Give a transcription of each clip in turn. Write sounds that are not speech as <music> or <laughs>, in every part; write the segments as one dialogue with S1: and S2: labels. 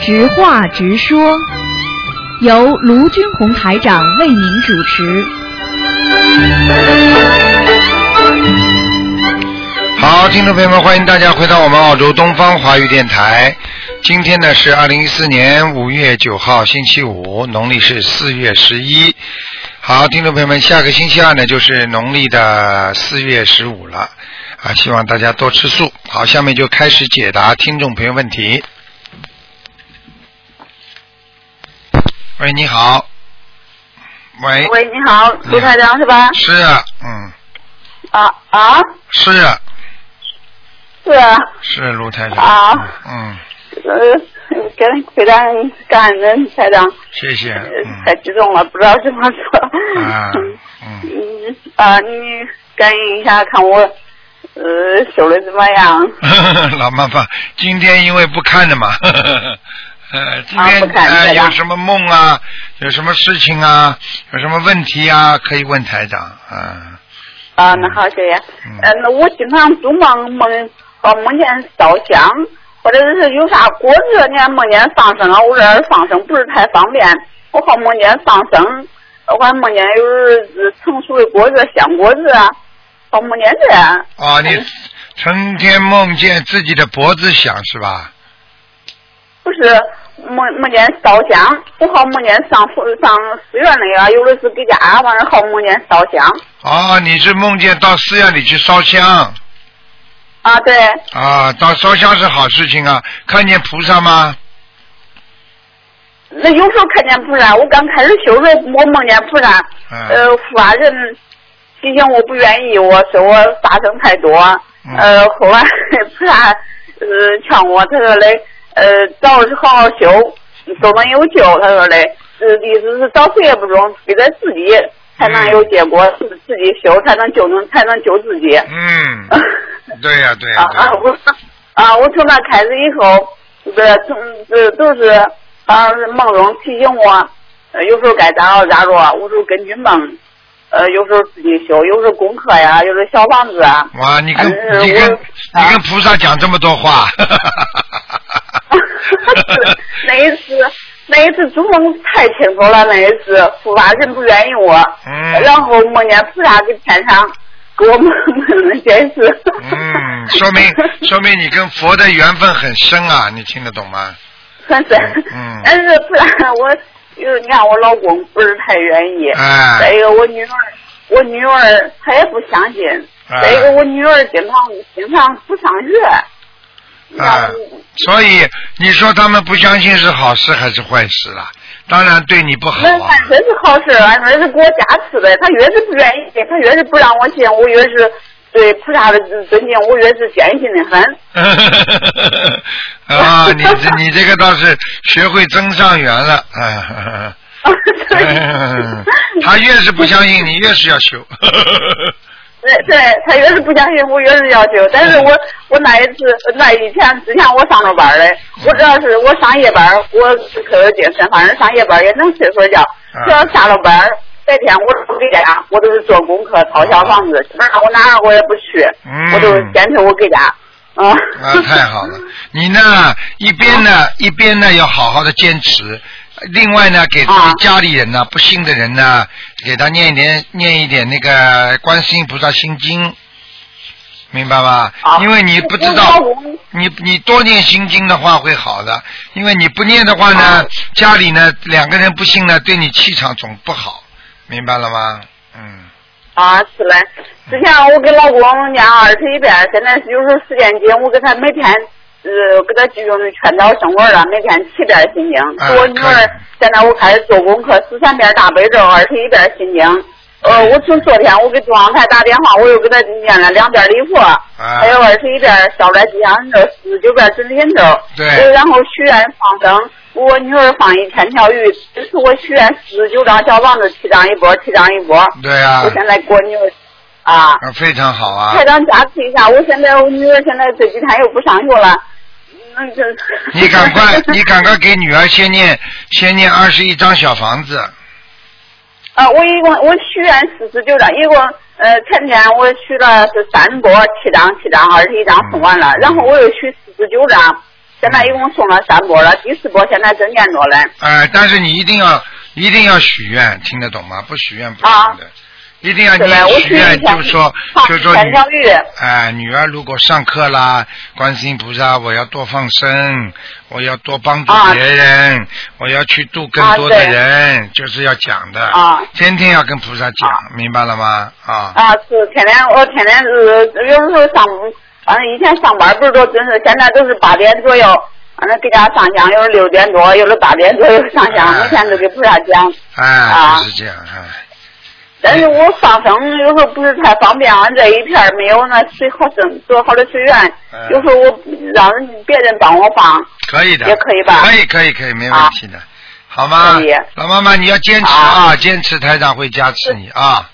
S1: 直话直说，由卢军红台长为您主持。
S2: 好，听众朋友们，欢迎大家回到我们澳洲东方华语电台。今天呢是二零一四年五月九号，星期五，农历是四月十一。好，听众朋友们，下个星期二呢就是农历的四月十五了啊，希望大家多吃素。好，下面就开始解答听众朋友问题。喂，你好。喂，
S3: 喂，你好，
S2: 你
S3: 卢
S2: 好
S3: 台长是吧？
S2: 是啊，嗯，
S3: 啊啊，
S2: 是啊，
S3: 是啊，
S2: 是卢台长。
S3: 啊
S2: 嗯，
S3: 呃，跟回答感恩台长，
S2: 谢谢。
S3: 呃
S2: 嗯
S3: 太激动了，不知道怎么说。
S2: 啊
S3: 嗯，
S2: 嗯， <laughs>
S3: 嗯啊，你感应一下，看我呃修的怎么样？
S2: 老妈妈，今天因为不看的嘛， <laughs> 呃，今
S3: 啊
S2: 天
S3: 不看
S2: 呃
S3: 对吧
S2: 有什么梦啊，有什么事情啊，有什么问题啊，可以问台长啊。
S3: 啊，那好，谢谢。
S2: 嗯
S3: 呃，那我经常做梦梦，呃，梦见烧香，或者是有啥果子呢？梦见放生啊，我这儿放生不是太方便，我好梦见放生，我还梦见有是成熟的果子、香果子啊，好梦见这样。
S2: 啊，你成天梦见自己的脖子响是吧？
S3: 不是梦梦见烧香，我好梦见上佛上寺院里啊，有的是给家，完了好梦见烧香
S2: 哦，你是梦见到寺院里去烧香
S3: 啊，对，
S2: 啊？到烧香是好事情啊，看见菩萨吗？
S3: 那有时候看见菩萨，我刚开始修的时候，我梦见菩萨，
S2: 嗯
S3: 呃，护法人提醒我不愿意，我说我杀生太多，
S2: 嗯
S3: 呃，后来菩萨呃劝我，他说嘞，呃，早日好好修，都能有救，他说嘞，呃，意思是找谁也不中，非得自己才能有结果，自自己修才能救能才能救自己。
S2: 嗯，对呀、对呀、对呀
S3: 啊啊！我啊，我从那开始以后，这从这都是啊梦中提醒我，呃有时候该咋着咋着，啊我说根据梦，呃，有时候自己修，有时候功课呀，有时候小房子啊。
S2: 哇，你跟
S3: 呃
S2: 你跟
S3: 我
S2: 你跟菩萨讲这么多话，
S3: <laughs> 那一次，那一次做梦太清楚了，那一次护法神不愿意我，
S2: 嗯
S3: 然后梦见菩萨给天上给我们 <laughs> 梦了解释。
S2: 嗯，说
S3: <laughs>
S2: 明说明你跟佛的缘分很深啊，你听得懂吗？
S3: 算是，
S2: 嗯
S3: <laughs> 但是不然我，就是你看我老公不是太愿意，
S2: 哎
S3: 再一个我女儿，我女儿她也不相信，
S2: 哎
S3: 再一个我女儿经常经常不上学，
S2: 啊
S3: 那，
S2: 所以你说他们不相信是好事还是坏事啦？当然对你不好
S3: 那
S2: 啊
S3: 反。正是好事，俺说是给我加持的，她越是不愿意，她越是不让我信，我越是对菩萨的尊敬，我越是坚信的很。
S2: <laughs>
S3: <laughs>
S2: 啊，你这你这个倒是学会增上缘
S3: <laughs>
S2: 了啊！嗯 <laughs> 他越是不相信你，越是要修。 <laughs>
S3: 对对，他越是不相信，我越是要求。但是
S2: 嗯
S3: 我我那一次那一天之前我上着班嘞，
S2: 嗯
S3: 我只要是我上夜班，我可有精神，反正上夜班也能睡会儿觉。
S2: 嗯
S3: 只要下了班，白天我不给家，我都是做功课、掏小房子，基本上我哪儿我也不去，
S2: 嗯
S3: 我都是坚持我给家。啊
S2: <laughs> 啊，太
S3: <laughs>
S2: 好了！你呢，一边呢，一边呢要好好的坚持，另外呢，给自己
S3: 啊
S2: 家里人呢、不信的人呢，给他念一点念一点那个观世音菩萨心经，明白吧？
S3: 啊
S2: 因为你不知
S3: 我
S2: 道
S3: 老公，
S2: 你你多念心经的话会好的，因为你不念的话
S3: 啊
S2: 呢，家里呢两个人不信呢，对你气场总不好，明白了吗？嗯，
S3: 啊，是嘞。之前我给老公念二十一遍，现在有时候时间紧，我给他每天呃给他集中的劝导生活了，每天七遍心经。
S2: 哎
S3: 我女儿
S2: 可以
S3: 现在我开始做功课，十三遍大悲咒，二十一遍心经。呃，我从昨天我给中央台打电话，我又给他念了两遍礼佛，
S2: 啊
S3: 还有二十一遍消灾吉祥神咒，四十九遍准提神咒。
S2: 对
S3: 呃然后许愿放生，我女儿放一千条鱼，这是我许愿四十九张小房子，七张一波，七张一波。
S2: 对啊
S3: 我，现在过女儿啊，
S2: 啊非常好啊。
S3: 台长加持一下，我现在我女儿现在这几天又不上学了，那这 <laughs>
S2: 你赶快，你赶快给女儿先念，先念二十一张小房子。
S3: 啊，我一共我许愿四十九张，一共呃前天我许了是三波，七张七张，二十一张送完了，然后我又许四十九张，现在一共送了三波了，第四波现在正念着嘞。
S2: 哎，但是你一定要一定要许愿，听得懂吗？不许愿不
S3: 啊
S2: 行的，一定要
S3: 对吧我
S2: 你许
S3: 许愿
S2: 愿，就是说
S3: 放
S2: 就是说
S3: 全
S2: 女
S3: 条鱼
S2: 哎，女儿如果上课啦，观世音菩萨，我要多放生，我要多帮助
S3: 啊
S2: 别人，我要去度更
S3: 啊
S2: 多的
S3: 对
S2: 人，就是要讲的，
S3: 啊
S2: 天天要跟菩萨讲，明白了吗？啊，
S3: 啊，是天天我天天是有时候上，反正以前上班不是都真是，现在都是八点左右，反正给家上香，有时候六点多，有时候八点左右上香，
S2: 哎
S3: 每天都给菩萨讲。
S2: 哎，
S3: 啊
S2: 就是这样，哎。
S3: 但是我放生有时候不是太方便，俺这一片儿没有那水好生多好的水源
S2: 哎，
S3: 有时候我让人别人帮我放。
S2: 可以的，
S3: 也可以吧啊
S2: 可以，可以，可以，没问题的，好吗
S3: 可以？
S2: 老妈妈，你要坚持啊，坚持，台长会加持你啊。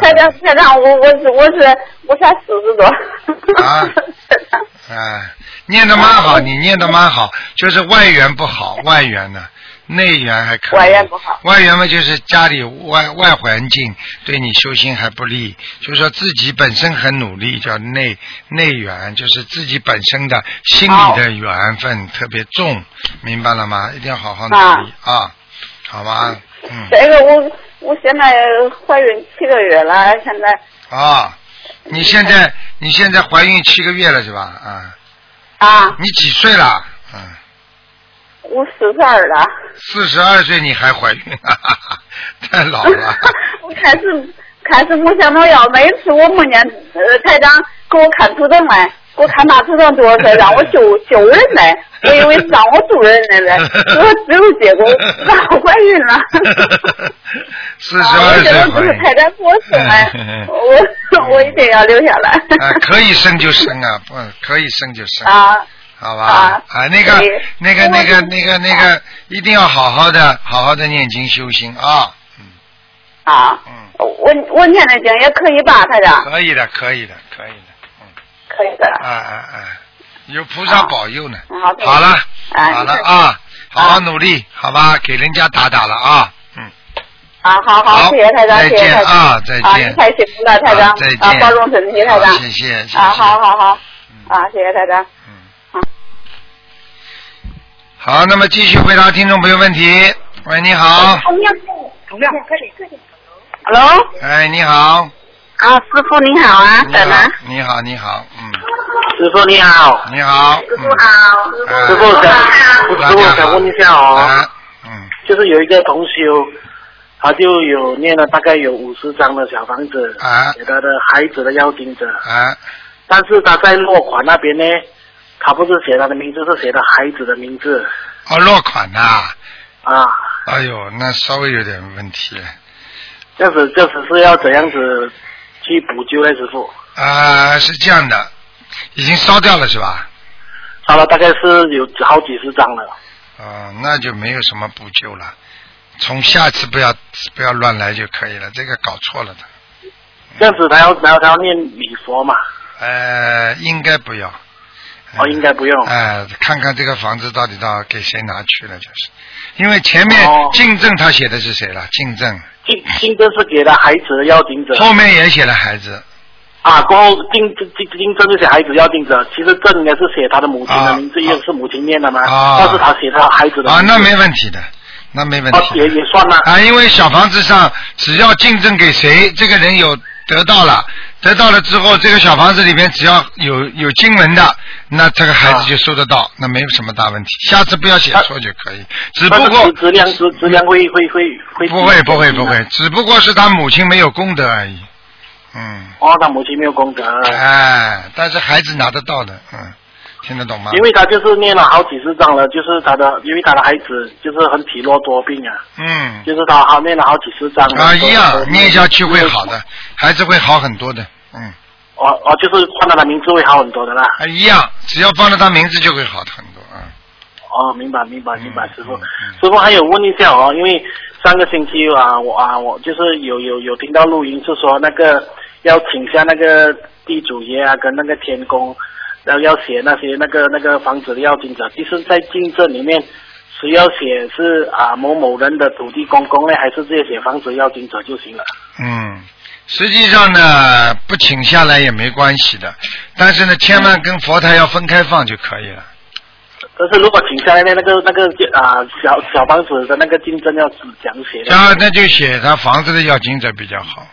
S3: 台长，台长，我我是我是我才四十多。
S2: 啊
S3: 台长
S2: 哎，念的蛮
S3: 嗯
S2: 好，你念的蛮好，就是外缘不好，外缘呢，内缘还可以。
S3: 外缘不好
S2: 外缘嘛，就是家里外外环境对你修心还不利，就是说自己本身很努力，叫内内缘，就是自己本身的心理的缘分特别重，明白了吗？一定要好好努力啊好吗？嗯，
S3: <laughs> 这个我我现在怀孕七个月了，现在
S2: 啊，你现在你现在怀孕七个月了是吧？啊，
S3: 啊，
S2: 你几岁了？嗯。
S3: 我四十二了。
S2: 四十二岁你还怀孕， <laughs> 哈哈哈，太老
S3: <laughs>
S2: 了。
S3: 我开始开始没想到要，每次我梦见呃台长给我看图腾嘞，给我看那图腾多少
S2: <laughs>
S3: 岁，让我救救人嘞，我以为是让我救人
S2: <laughs>
S3: 嘞嘞，结果最后结果让我怀孕了。
S2: <laughs> 四十
S3: 啊，我
S2: 二
S3: 觉
S2: 岁
S3: 得
S2: 怀
S3: 不是台
S2: 孕，嗯
S3: 长
S2: <laughs>
S3: 过世嘞，我我一定要留下来。
S2: 啊，可以生就生啊，不可以生就生，
S3: 啊
S2: 好吧？
S3: 啊
S2: 啊，那个
S3: 可以
S2: 那个
S3: 我啊
S2: 那个那个那个，一定要好好的好好的念经修心啊，
S3: <laughs> 啊，
S2: 嗯，
S3: 我我念的经也可以吧，台长？
S2: 可以的，可以的，可以的，
S3: 可以的。
S2: 啊啊啊，有菩萨
S3: 好
S2: 保佑呢。
S3: 啊好的
S2: 好了，
S3: 哎
S2: 好了
S3: 是
S2: 啊，好好
S3: 啊
S2: 努力，好吧？给人家打打了啊，嗯。
S3: 啊，好
S2: 好
S3: 好，谢谢台长，
S2: 再
S3: 谢
S2: 见
S3: 谢台长
S2: 啊再见
S3: 啊，您太辛苦了，台长
S2: 好再见
S3: 啊，保重身体，台长
S2: 好谢谢，谢谢
S3: 啊，好，好好啊，谢谢台长。
S2: 嗯。好，那么继续回答听众朋友问题。喂，你好，
S3: Hello，
S2: 哎，你好，
S3: 啊，师傅你好啊，
S2: 你
S3: 怎么？
S2: 好，你好，你好，嗯，
S4: 师傅你好，
S2: 你好，
S3: 师傅啊好，
S2: 嗯，
S4: 师傅想，
S2: 大
S4: 师
S2: 家
S4: 傅
S2: 好
S4: 想问一下哦，
S2: 啊，嗯，
S4: 就是有一个同修，他就有念了大概有五十张的小房子
S2: 啊
S4: 给他的孩子的要经者，
S2: 啊，
S4: 但是他在落款那边呢，他不是写他的名字，是写他孩子的名字
S2: 哦，落款呐、
S4: 啊，
S2: 哎呦，那稍微有点问题了。
S4: 这样子这只是要怎样子去补救呢？师傅，
S2: 啊、是这样的，已经烧掉了是吧？
S4: 他了大概是有好几十张了，
S2: 啊、那就没有什么补救了。从下次不要不要乱来就可以了，这个搞错了的。
S4: 这样子他要然后他要念礼佛嘛，
S2: 呃，应该不要。
S4: 哦应该不用，
S2: 哎、看看这个房子到底到给谁拿去了，就是，因为前面
S4: 哦
S2: 竞争他写的是谁了，竞争，
S4: 竞竞争是给他孩子的要经者。
S2: 后面也写了孩子
S4: 啊，过后订订订订正就写孩子要订着，其实这应该是写他的母亲
S2: 啊
S4: 的名字，因为是母亲念的嘛。
S2: 啊
S4: 但是他写他孩子的
S2: 啊，
S4: 名字
S2: 那没问题的，那没问
S4: 啊
S2: 题
S4: 也
S2: 的。
S4: 也算了
S2: 啊，因为小房子上只要竞争给谁，这个人有得到了，得到了之后，这个小房子里面只要有有经文的，那这个孩子就收得到，那没有什么大问题。下次不要写错就可以，只不
S4: 但是
S2: 过
S4: 质质量质质量会会会会
S2: 不会不会不
S4: 啊
S2: 会，只不过是他母亲没有功德而已。嗯，
S4: 哦，他母亲没有功德，
S2: 哎，但是孩子拿得到的，嗯，听得懂吗？
S4: 因为他就是念了好几十章了，就是他的，因为他的孩子就是很体弱多病啊，
S2: 嗯
S4: 就是他好念了好几十章了
S2: 啊
S4: 都
S2: 一
S4: 都
S2: 样，念下去会好的，孩子会好很多的，嗯
S4: 哦哦，就是换了他名字会好很多的啦。
S2: 啊一样，只要放了他名字就会好的很多啊。嗯
S4: 哦，明白明白明白
S2: 嗯，
S4: 师傅
S2: 嗯嗯，
S4: 师傅还有问一下哦，因为上个星期啊，我啊我就是有有有听到录音是说那个要请下那个地主爷啊，跟那个天公，然后要写那些那个那个房子的要经者，其实在进证里面是要写是啊某某人的土地公公呢，还是直接写房子要经者就行了？
S2: 嗯，实际上呢，不请下来也没关系的，但是呢，千万跟佛台要分开放就可以了。
S4: 但是如果请下来的那个那个啊小小房子的那个竞争要讲写的
S2: 那那就写他房子的要经者比较好。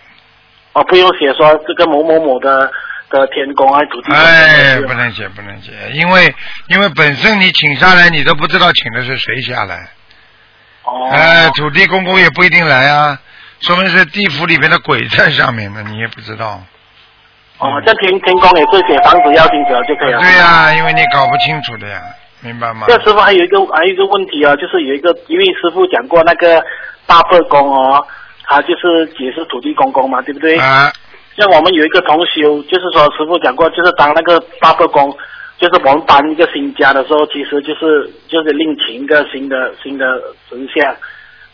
S4: 哦，不用写说这个某某某的的天宫啊土地公
S2: 哎，不能写，不能写，因为因为本身你请下来，你都不知道请的是谁下来。
S4: 哦，
S2: 哎，土地公公也不一定来啊，说明是地府里面的鬼在上面呢，你也不知道。
S4: 哦，这天天宫也是写房子要经者就可以了。
S2: 对呀、因为你搞不清楚的呀，明白吗
S4: 这？师傅还有一个还有一个问题啊，就是有一个一位师傅讲过那个八份宫哦，他就是解释土地公公嘛，对不对？
S2: 啊，
S4: 像我们有一个同修，就是说师傅讲过，就是当那个八份宫，就是我们搬一个新家的时候，其实就是就是另请一个新的新的神像。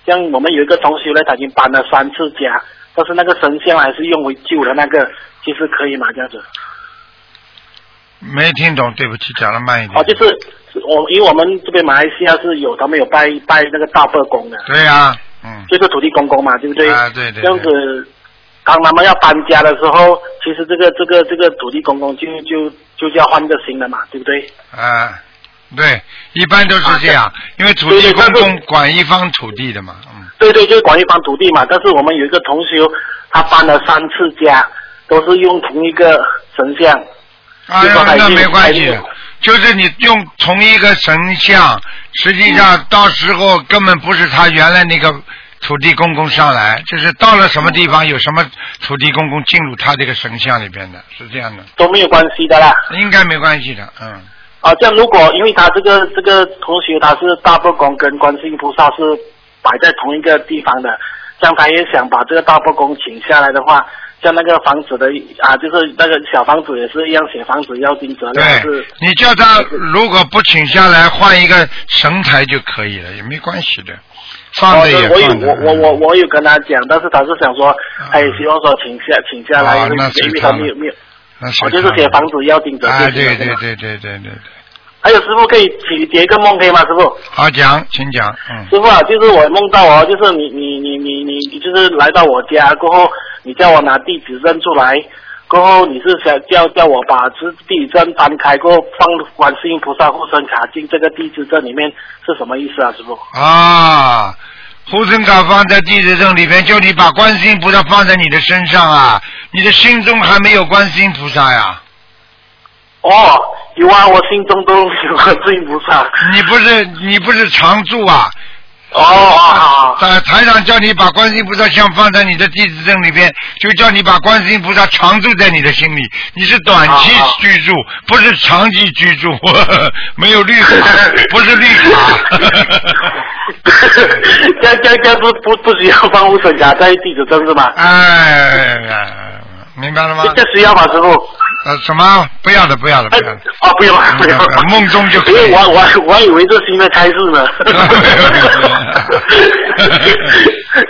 S4: 像我们有一个同修呢，他已经搬了三次家，但是那个神像还是用为旧的那个，其实可以嘛，这样子。
S2: 没听懂，对不起，讲的慢一点。
S4: 哦，就是我因为我们这边马来西亚是有他们有拜拜那个大伯公的，
S2: 对呀、嗯，
S4: 就是土地公公嘛，对不对？
S2: 啊，对对
S4: 这样
S2: 对。
S4: 子，当他们要搬家的时候，其实这个这个这个土地公公就就就要换个新的嘛，对不对？
S2: 啊，对，一般都是这样，
S4: 啊
S2: 因为土地公公管一方土地的嘛，嗯，
S4: 对对，就是管一方土地嘛。但是我们有一个同修，他搬了三次家，都是用同一个神像。
S2: 啊，
S4: 就说还
S2: 那
S4: 是
S2: 没关系
S4: 还是
S2: 的，就是你用同一个神像，实际
S4: 嗯
S2: 上到时候根本不是他原来那个土地公公上来，就是到了什么地方有什么土地公公进入他这个神像里边的，是这样的，
S4: 都没有关系的啦。
S2: 应该没关系的，嗯，
S4: 啊，这样如果因为他这个这个同学他是大伯公跟观世音菩萨是摆在同一个地方的，这样他也想把这个大伯公请下来的话，像那个房子的啊，就是那个小房子也是一样写房子要金折，那
S2: 对
S4: 个是，
S2: 你叫他如果不请下来，换一个神台就可以了，也没关系的，放
S4: 哦
S2: 着也
S4: 我有
S2: 放着。
S4: 我我我
S2: 嗯
S4: 我有跟他讲，但是他是想说，他也希望说请下请下来，
S2: 啊
S4: 因为
S2: 那是
S4: 因为
S2: 他
S4: 他
S2: 们
S4: 没有没有，
S2: 那是
S4: 我哦就是
S2: 看
S4: 写房子要金折。
S2: 啊，
S4: 就行
S2: 对
S4: 了
S2: 对
S4: 是吗
S2: 对对对对对，
S4: 还有师傅可以请解一个梦可以吗？师傅？
S2: 好讲，请讲，嗯，
S4: 师傅啊，就是我梦到哦，就是你你你你你，你就是来到我家过后，你叫我拿地址证出来，过后你是想叫叫我把这地址证翻开过后放观世音菩萨护身卡进这个地址证里面，是什么意思啊，师傅？
S2: 啊，护身卡放在地址证里边，就你把观世音菩萨放在你的身上啊，你的心中还没有观世音菩萨呀，
S4: 哦，有啊，我心中都有观世音菩萨。
S2: 你不是你不是常住啊，
S4: 哦哦
S2: 呃，台长叫你把观世音菩萨像放在你的地址证里边，就叫你把观世音菩萨常住在你的心里。你是短期
S4: 啊啊
S2: 居住，不是长期居住， <laughs> 没有
S4: <laughs>
S2: 绿卡，不是绿卡。
S4: 这样这样这样不不不需要放护身卡在地址证是吧？
S2: 哎呀，明白了吗
S4: 这？这需要吗，师傅？
S2: 呃，什么？不要的，不要的，不
S4: 哎
S2: 要
S4: <laughs>
S2: 的。 <laughs>
S4: 哦，不用了，不用了，
S2: 啊梦中就可以。
S4: 因为我我我以为这是新的开始呢
S2: <laughs>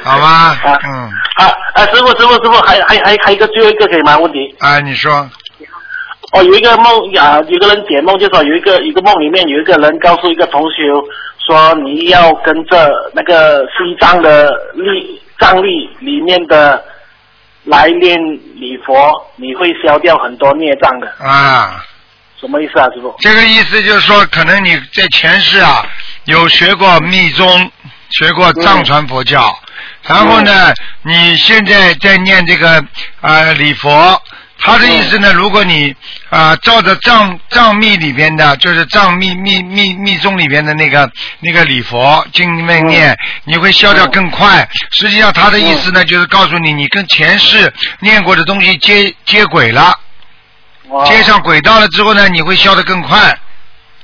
S2: 好吧
S4: 啊
S2: 嗯
S4: 啊啊！师傅，师傅，师傅，还还还还有一个最后一个可以吗？问题
S2: 哎，你说
S4: 哦，有一个梦啊，有个人解梦，就说有一个一个梦里面有一个人告诉一个同学说，你要跟着那个西藏的历藏历里面的来念礼佛，你会消掉很多孽障的，
S2: 啊。
S4: 什么意思啊，师傅？
S2: 这个意思就是说，可能你在前世啊有学过密宗，学过藏传佛教，然后呢，你现在在念这个呃礼佛。他的意思呢，如果你啊、照着藏藏密里边的，就是藏密密密密宗里边的那个那个礼佛经里面念，你会消掉更快。实际上，他的意思呢，就是告诉你，你跟前世念过的东西接接轨了，
S4: 哇
S2: 接上轨道了之后呢，你会消得更快。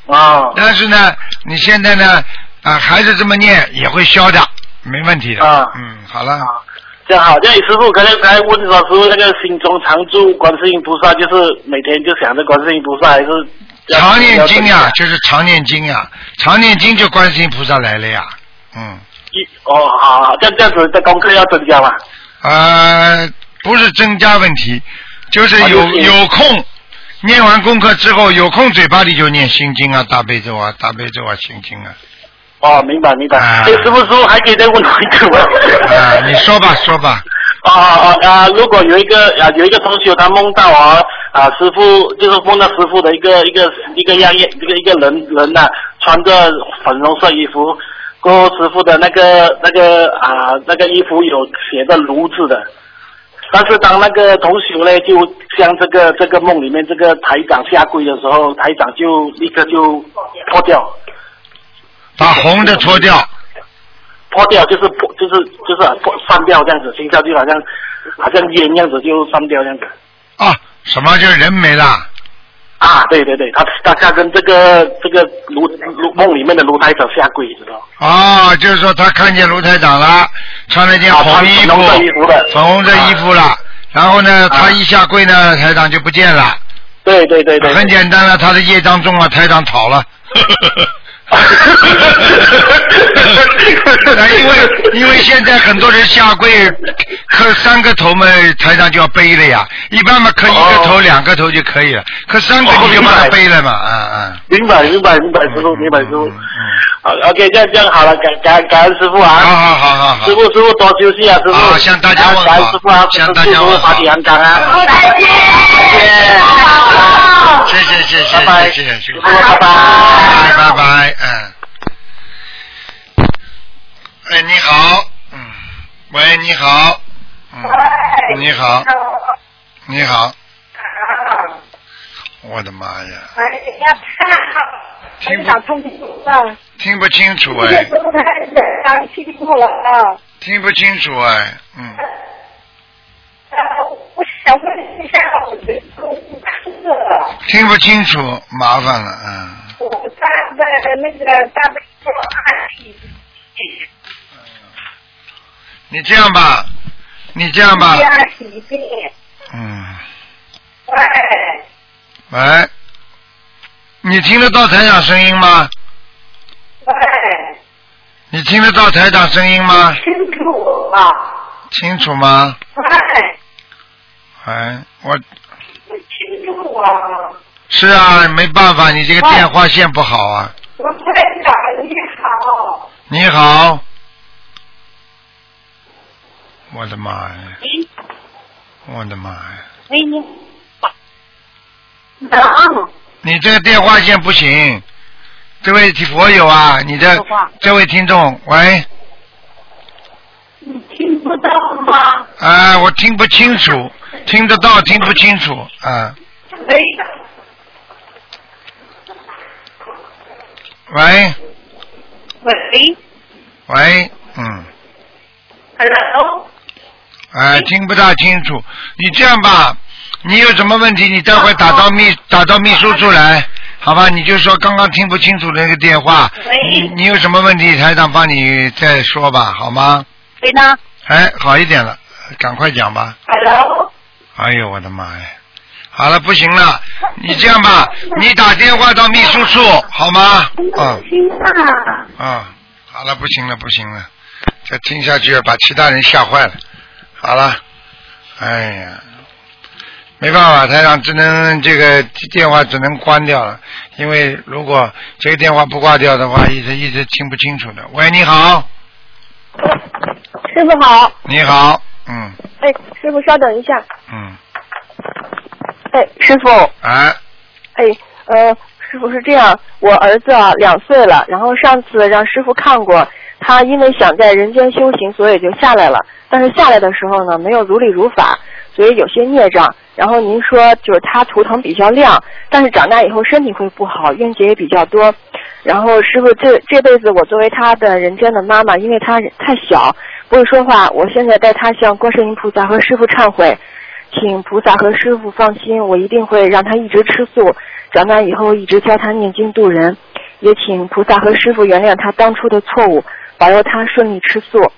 S4: 啊
S2: 但是呢，你现在呢，啊，还是这么念也会消的，没问题的。
S4: 啊
S2: 嗯，好了，
S4: 啊，这样好，这样师傅刚才刚才问说，师傅那个心中常住观世音菩萨，就是每天就想着观世音菩萨，还是要啊
S2: 常念经
S4: 要
S2: 呀，就是常念经呀，常念经就观世音菩萨来了呀。嗯，
S4: 一哦，好，好这样这样子的功课要增加嘛？
S2: 呃，不是增加问题，就是
S4: 啊
S2: 有、
S4: 就是
S2: 有空。念完功课之后，有空嘴巴里就念心经啊、大悲咒啊、大悲咒啊、心经啊。
S4: 哦，明白明白。
S2: 啊
S4: 哎，师傅师傅还可以再问我一个吗？
S2: 啊，你说吧，说吧。
S4: 啊啊啊！啊如果有一个啊有一个同学他梦到啊啊师傅就是梦到师傅的一个一个一个样样一个一个人人呐、穿着粉红色衣服，过后师傅的那个那个啊、那个衣服有写着炉字的。但是当那个同学呢，就像这个这个梦里面这个台长下跪的时候，台长就立刻就脱掉，
S2: 把红的脱掉，
S4: 脱掉就是破就是就是啊破散掉这样子，心跳就好像好像烟样子就散掉这样子。
S2: 啊，什么就是人没了？
S4: 啊，对对对，他他他跟这个这个卢卢梦里面的卢台长下跪，知道？
S2: 啊，就是说他看见卢台长了，穿了件
S4: 啊
S2: 红
S4: 穿
S2: 衣服，
S4: 粉红色衣服的
S2: 粉红色衣服了。然后呢，
S4: 啊
S2: 他一下跪呢，台长就不见了。
S4: 对对对对，
S2: 很简单了，他的业障重啊，台长跑
S4: <laughs>
S2: 了。那因为因为现在很多人下跪磕三个头嘛，台长就要背了呀。一般嘛，磕一个头、
S4: 哦
S2: 两个头就可以了，磕三个
S4: 哦
S2: 你就把它
S4: 明白
S2: 背了嘛，嗯嗯。
S4: 明白明白明白，师傅明白师傅。好，OK，这样这样好了，感感感恩师傅
S2: 好
S4: 啊，
S2: 好好好好。
S4: 师傅师傅多休息啊，师
S2: 啊
S4: 傅。
S2: 向大家问好
S4: 感恩师傅啊，
S2: 向大家问好
S4: 祝福身体安康啊。再见。
S2: 谢谢谢谢
S4: 拜拜
S2: 谢谢谢谢，
S4: 拜拜
S2: 拜拜拜，嗯。哎，你好，嗯，喂，你好，嗯，你好，你好，我的妈呀，
S3: 哎呀，太好了！
S2: 听不
S3: 想通知了，
S2: 听不清楚
S3: 这
S2: 哎，
S3: 都开始让辛苦了啊！
S2: 听不清楚哎，嗯，
S3: 呃我想问一下，啊我的工课，
S2: 听不清楚，麻烦了，嗯。
S3: 我大的那个大悲咒二十一
S2: 你这样吧，你这样吧，
S3: 二十一遍，
S2: 嗯，
S3: 哎，
S2: 喂，你听得到台长声音吗？
S3: 哎，
S2: 你听得到台长声音吗？
S3: 辛苦了，
S2: 清楚吗？
S3: 哎，
S2: 哎，我
S3: 辛苦啊！
S2: 是啊，没办法，你这个电话线不好啊。
S3: 我台长你好，
S2: 你好，我的妈呀！我的妈呀！
S3: 喂你，啊，
S2: 你这个电话线不行，这位佛友啊，你的
S3: 说话
S2: 这位听众，喂，
S3: 你听不到吗？
S2: 啊，我听不清楚，听得到，听不清楚，啊，
S3: 喂，
S2: 喂，
S3: 喂
S2: 喂，嗯。
S3: ，Hello，
S2: 哎，听不大清楚。你这样吧，你有什么问题，你待会打到秘打到秘书处来，好吧？你就说刚刚听不清楚那个电话，你
S3: 喂
S2: 你有什么问题，台长帮你再说吧，好吗？
S3: 谁呢
S2: 哎，好一点了，赶快讲吧。
S3: ？Hello，
S2: 哎呦，我的妈呀！好了，不行了，你这样吧，你打电话到秘书处好吗？嗯
S3: 听啊，
S2: 嗯，好了，不行了，不行了，再听下去把其他人吓坏了。好了，哎呀，没办法，台长只能这个电话只能关掉了，因为如果这个电话不挂掉的话，一直一直听不清楚的。喂，你好，
S3: 师傅好，
S2: 你好，嗯
S3: 哎，师傅稍等一下，
S2: 嗯，
S3: 哎，师傅，
S2: 哎，
S3: 哎，呃，师傅是这样，我儿子啊两岁了，然后上次让师傅看过，他因为想在人间修行，所以就下来了，但是下来的时候呢，没有如理如法，所以有些孽障。然后您说就是他图腾比较亮，但是长大以后身体会不好，冤结也比较多。然后师傅这这辈子我作为他的人间的妈妈，因为他太小不会说话，我现在带他向观世音菩萨和师傅忏悔，请菩萨和师傅放心，我一定会让他一直吃素，长大以后一直教他念经度人，也请菩萨和师傅原谅他当初的错误，保佑他顺利吃素。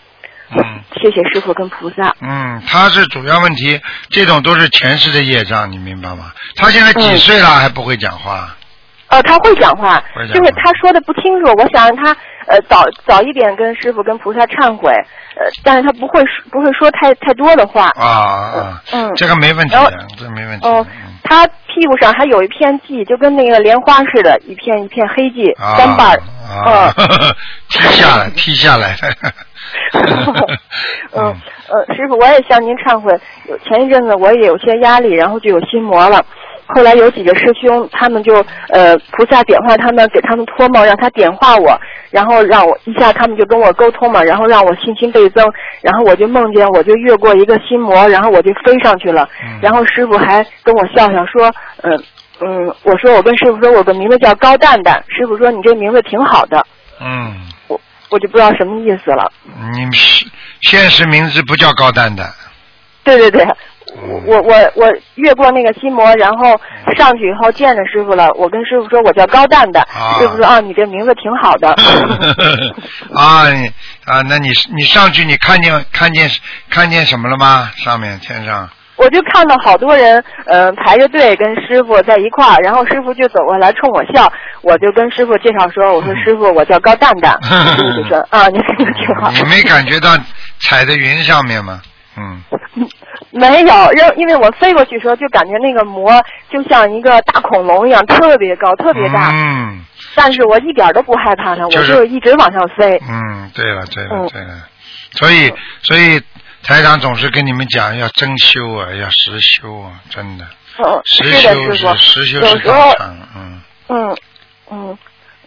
S2: 嗯
S3: 谢谢师傅跟菩萨。
S2: 嗯，他是主要问题，这种都是前世的业障，你明白吗？他现在几
S3: 嗯
S2: 岁了还不会讲话？
S3: 呃，他会讲话
S2: 会，讲话
S3: 就是他说的不清楚，我想让他呃早早一点跟师傅跟菩萨忏悔，呃，但是他不会说不会说太太多的话。
S2: 啊啊，
S3: 嗯
S2: 这个没问题
S3: 然后
S2: 的，这没问题的。
S3: 哦
S2: 嗯
S3: 他屁股上还有一片记，就跟那个莲花似的，一片一片黑记，
S2: 啊
S3: 干瓣儿。呃
S2: <laughs> 啊，踢下来，踢下来。
S3: <laughs> 嗯，
S2: <laughs>
S3: 呃，师傅，我也向您忏悔，有前一阵子我也有些压力，然后就有心魔了。后来有几个师兄，他们就呃菩萨点化他们，给他们托梦，让他点化我，然后让我一下他们就跟我沟通嘛，然后让我信心倍增，然后我就梦见我就越过一个心魔，然后我就飞上去了，
S2: 嗯
S3: 然后师傅还跟我笑笑说，呃嗯，我说我跟师傅说我的名字叫高蛋蛋，师傅说你这名字挺好的，
S2: 嗯，
S3: 我就不知道什么意思了。
S2: 你们是现实名字不叫高蛋 <laughs> 蛋，
S3: 对对对，
S2: 哦
S3: 我我我越过那个心魔，然后上去以后见着师傅了。我跟师傅说我叫高蛋蛋，
S2: 啊
S3: 师傅说啊你这名字挺好
S2: <laughs>
S3: 的。
S2: 啊你啊，那你你上去你看见看见看见什么了吗？上面天上
S3: 我就看到好多人，嗯、排着队跟师傅在一块儿，然后师傅就走过来冲我笑，我就跟师傅介绍说，我说师傅我叫高蛋
S2: <laughs>
S3: 蛋，师傅就说啊你这个 <laughs> 挺好。
S2: 你没感觉到踩在云上面吗？嗯，
S3: 没有，因为因为我飞过去的时候就感觉那个魔就像一个大恐龙一样，特别高，特别大，
S2: 嗯
S3: 但是我一点都不害怕它，我
S2: 就是
S3: 就一直往上飞。
S2: 嗯，对了对了
S3: 嗯
S2: 对了，所以所以台长总是跟你们讲要真修啊，要实修啊，真的
S3: 嗯，
S2: 实
S3: 是的，
S2: 修是
S3: 师
S2: 实修
S3: 傅。有
S2: 是
S3: 时候
S2: 道，场，嗯
S3: 嗯嗯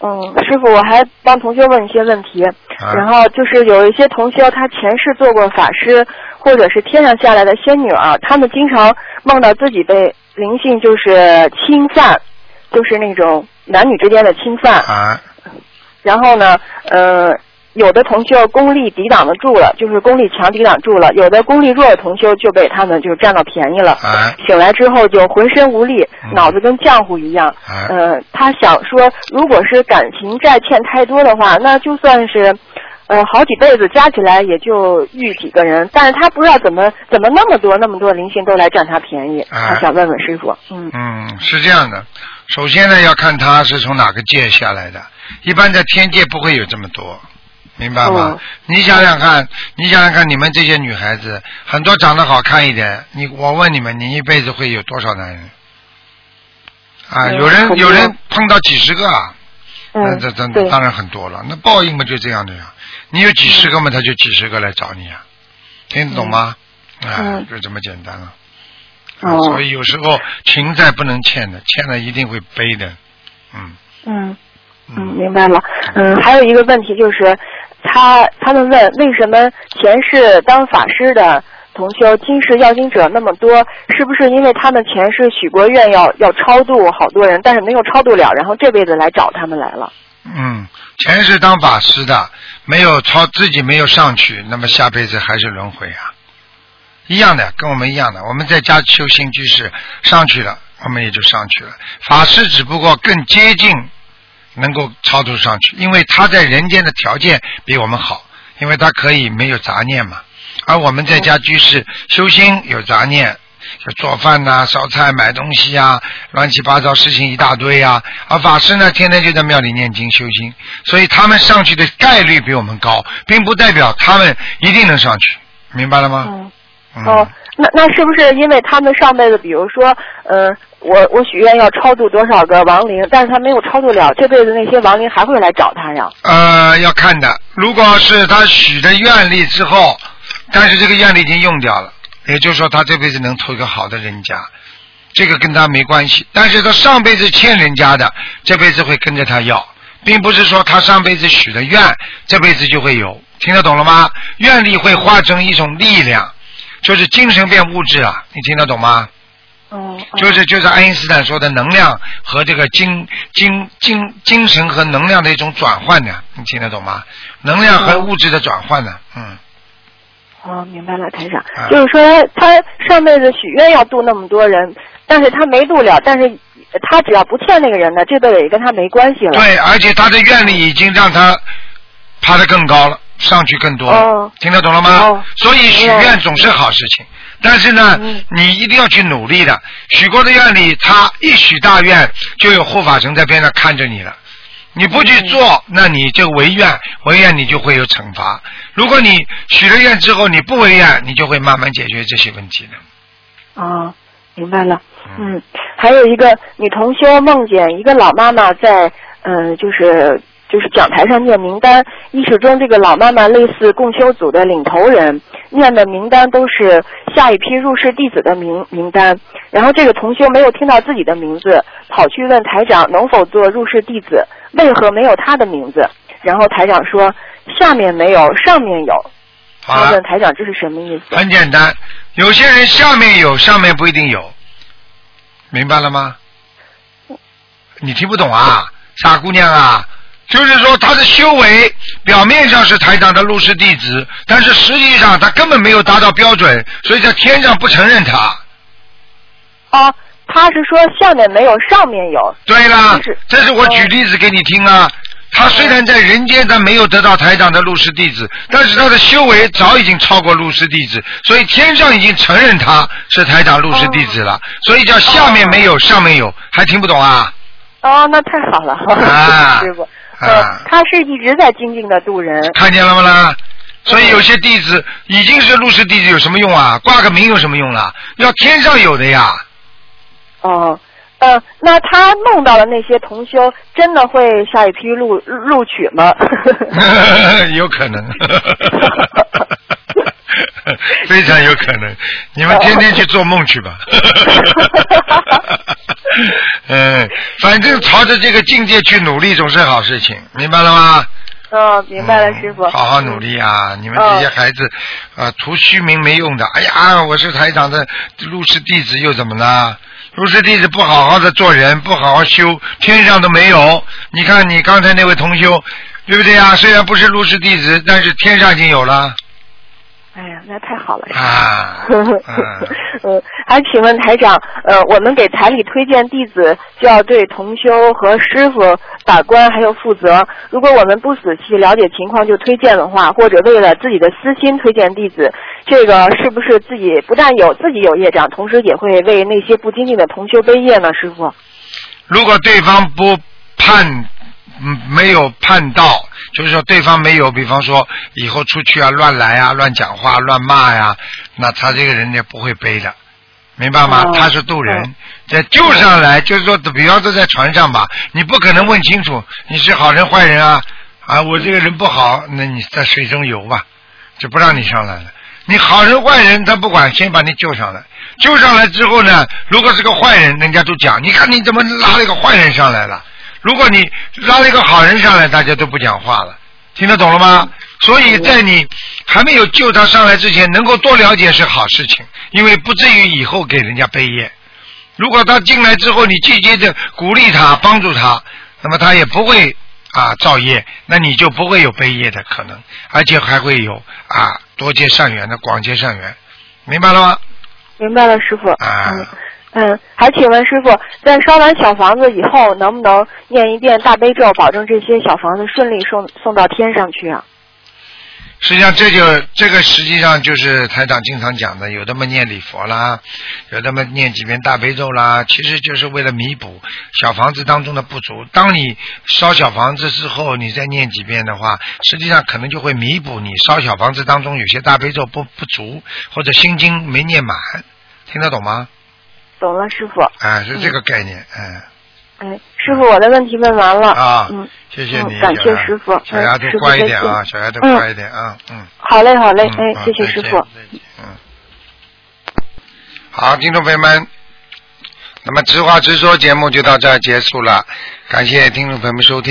S3: 嗯，师傅，我还帮同学问一些问题。
S2: 啊
S3: 然后就是有一些同修，他前世做过法师，或者是天上下来的仙女儿，他们经常梦到自己被灵性就是侵犯，就是那种男女之间的侵犯。
S2: 啊
S3: 然后呢，呃，有的同修功力抵挡得住了，就是功力强抵挡住了；有的功力弱的同修就被他们就占到便宜了。
S2: 啊
S3: 醒来之后就浑身无力，
S2: 嗯
S3: 脑子跟浆糊一样。
S2: 啊
S3: 呃，他想说，如果是感情债欠太多的话，那就算是，呃，好几辈子加起来也就遇几个人，但是他不知道怎么怎么那么多那么多灵性都来占他便宜，
S2: 啊
S3: 他想问问师傅，嗯
S2: 嗯，是这样的。首先呢，要看他是从哪个界下来的，一般在天界不会有这么多，明白吗？
S3: 嗯
S2: 你想想看，你想想看，你们这些女孩子，很多长得好看一点，你我问你们，你一辈子会有多少男人？啊，
S3: 嗯
S2: 有人
S3: 很多
S2: 有人碰到几十个啊，那
S3: 嗯
S2: 这这，
S3: 对，
S2: 当然很多了。那报应嘛就这样的呀，你有几十个嘛，他就几十个来找你啊，听得懂吗？啊
S3: 嗯，
S2: 就这么简单了。啊，
S3: 哦
S2: 所，以有时候情债不能欠的，欠了一定会背的。嗯
S3: 嗯。嗯，明白了。嗯，还有一个问题就是，他他们问为什么前世当法师的同修，今世要经者那么多，是不是因为他们前世许过愿要要超度好多人，但是没有超度了，然后这辈子来找他们来了？
S2: 嗯，前世当法师的，没有超自己没有上去，那么下辈子还是轮回啊，一样的，跟我们一样的。我们在家修行居士上去了，我们也就上去了。法师只不过更接近能够超度上去，因为他在人间的条件比我们好，因为他可以没有杂念嘛。而我们在家居士修心有杂念，就做饭呐、烧菜、买东西呀、乱七八糟事情一大堆呀、而法师呢，天天就在庙里念经修心，所以他们上去的概率比我们高，并不代表他们一定能上去，明白了吗？
S3: 嗯。
S2: 嗯
S3: 哦，那那是不是因为他们上辈子，比如说，呃，我我许愿要超度多少个亡灵，但是他没有超度了，这辈子那些亡灵还会来找他呀？
S2: 呃，要看的。如果是他许的愿力之后，但是这个愿力已经用掉了，也就是说他这辈子能投一个好的人家，这个跟他没关系。但是他上辈子欠人家的，这辈子会跟着他要，并不是说他上辈子许的愿，这辈子就会有。听得懂了吗？愿力会化成一种力量，就是精神变物质啊，你听得懂吗？
S3: 嗯，
S2: 就是就是爱因斯坦说的能量和这个精精精精神和能量的一种转换呢，你听得懂吗？能量和物质的转换呢，嗯，
S3: 哦，明白了，台长
S2: 啊，
S3: 就是说他上辈子许愿要度那么多人，但是他没度了，但是他只要不欠那个人呢，这辈子也跟他没关系了。
S2: 对，而且他的愿力已经让他爬得更高了，上去更多了，
S3: 哦
S2: 听得懂了吗？
S3: 哦
S2: 所以许愿总是好事情，但是呢，
S3: 嗯
S2: 你一定要去努力的。许过的愿力，他一许大愿，就有护法神在边上看着你了。你不去做，
S3: 嗯
S2: 那你就违愿，违愿你就会有惩罚。如果你许了愿之后你不违愿，你就会慢慢解决这些问题的。
S3: 哦，明白了。
S2: 啊
S3: 嗯，还有一个女同修梦见一个老妈妈在，呃，就是就是讲台上念名单，意识中这个老妈妈类似共修组的领头人，念的名单都是下一批入室弟子的名名单。然后这个同修没有听到自己的名字，跑去问台长能否做入室弟子，为何没有他的名字？然后台长说下面没有，上面有。
S2: 好
S3: 他
S2: 了
S3: 问，台长这是什么意思？
S2: 很简单，有些人下面有，上面不一定有，明白了吗？你听不懂啊，傻姑娘啊！就是说他的修为表面上是台长的入室弟子，但是实际上他根本没有达到标准，所以在天上不承认他。
S3: 啊，他是说下面没有，上面有。
S2: 对啦
S3: 就是，哦
S2: 这是我举例子给你听啊。他虽然在人间，他没有得到台长的入室弟子，
S3: 嗯
S2: 但是他的修为早已经超过入室弟子，所以天上已经承认他是台长入室弟子了，所以叫下面没有，上面有，还听不懂啊？
S3: 哦，那太好了，
S2: 啊
S3: 师傅。
S2: 啊
S3: 呃，他是一直在精进的度人，
S2: 看见了吗啦？所以有些弟子已经是入室弟子，有什么用啊？挂个名有什么用啊？要天上有的呀。
S3: 哦，呃，那他梦到了那些同修，真的会下一批录录取
S2: <laughs>
S3: 吗？ <laughs>
S2: 有可能，非常有可能。你们天天去做梦去吧。嗯，反正朝着这个境界去努力总是好事情，明白了吗？
S3: 嗯、明白了，师傅。嗯哦
S2: 嗯好好努力啊！你们这些孩子，啊，图虚名没用的。哎呀，我是台长的入室弟子又怎么了？入室弟子不好好的做人，不好好修，天上都没有。你看你刚才那位同修，对不对呀、虽然不是入室弟子，但是天上已经有了
S3: 哎呀，那太好了。师
S2: 啊。
S3: 傅
S2: <laughs>
S3: <laughs>
S2: 嗯，
S3: 嗯，还请问台长，呃，我们给台里推荐弟子，就要对同修和师傅把关，还有负责。如果我们不仔细了解情况就推荐的话，或者为了自己的私心推荐弟子，这个是不是自己不但有自己有业障，同时也会为那些不精进的同修背业呢？师傅，
S2: 如果对方不判，嗯，没有判到，就是说对方没有，比方说以后出去啊乱来啊、乱讲话、乱骂呀、那他这个人也不会背的，明白吗？
S3: 哦
S2: 他是渡人，在救上来，就是说，比方说在船上吧，你不可能问清楚你是好人坏人啊啊，我这个人不好，那你在水中游吧，就不让你上来了。你好人坏人他不管，先把你救上来。救上来之后呢，如果是个坏人，人家都讲，你看你怎么拉了一个坏人上来了。如果你拉了一个好人上来，大家都不讲话了，听得懂了吗？所以在你还没有救他上来之前，能够多了解是好事情，因为不至于以后给人家背业。如果他进来之后，你积极的鼓励他、帮助他，那么他也不会啊造业，那你就不会有背业的可能，而且还会有啊多结善缘的广结善缘，明白了吗？
S3: 明白了，师傅。
S2: 啊
S3: 嗯嗯，还请问师傅，在烧完小房子以后，能不能念一遍大悲咒，保证这些小房子顺利送送到天上去啊？
S2: 实际上，这就这个实际上就是台长经常讲的，有的么念礼佛啦，有的么念几遍大悲咒啦，其实就是为了弥补小房子当中的不足。当你烧小房子之后，你再念几遍的话，实际上可能就会弥补你烧小房子当中有些大悲咒不不足，或者心经没念满，听得懂吗？
S3: 懂了，师傅。
S2: 啊，是这个概念，嗯，
S3: 哎，师傅，我的问题问完了。
S2: 啊
S3: 嗯，
S2: 谢谢你，
S3: 嗯感谢
S2: 小丫
S3: 师傅
S2: 小丫头
S3: 嗯师傅
S2: 乖一点啊，
S3: 再见
S2: 小丫头
S3: 嗯
S2: 乖一点啊，嗯。
S3: 好嘞，好嘞，
S2: 嗯
S3: 哎，谢谢师傅。。
S2: 好再见再见嗯，好，听众朋友们，那么直话直说节目就到这儿结束了，感谢听众朋友们收听。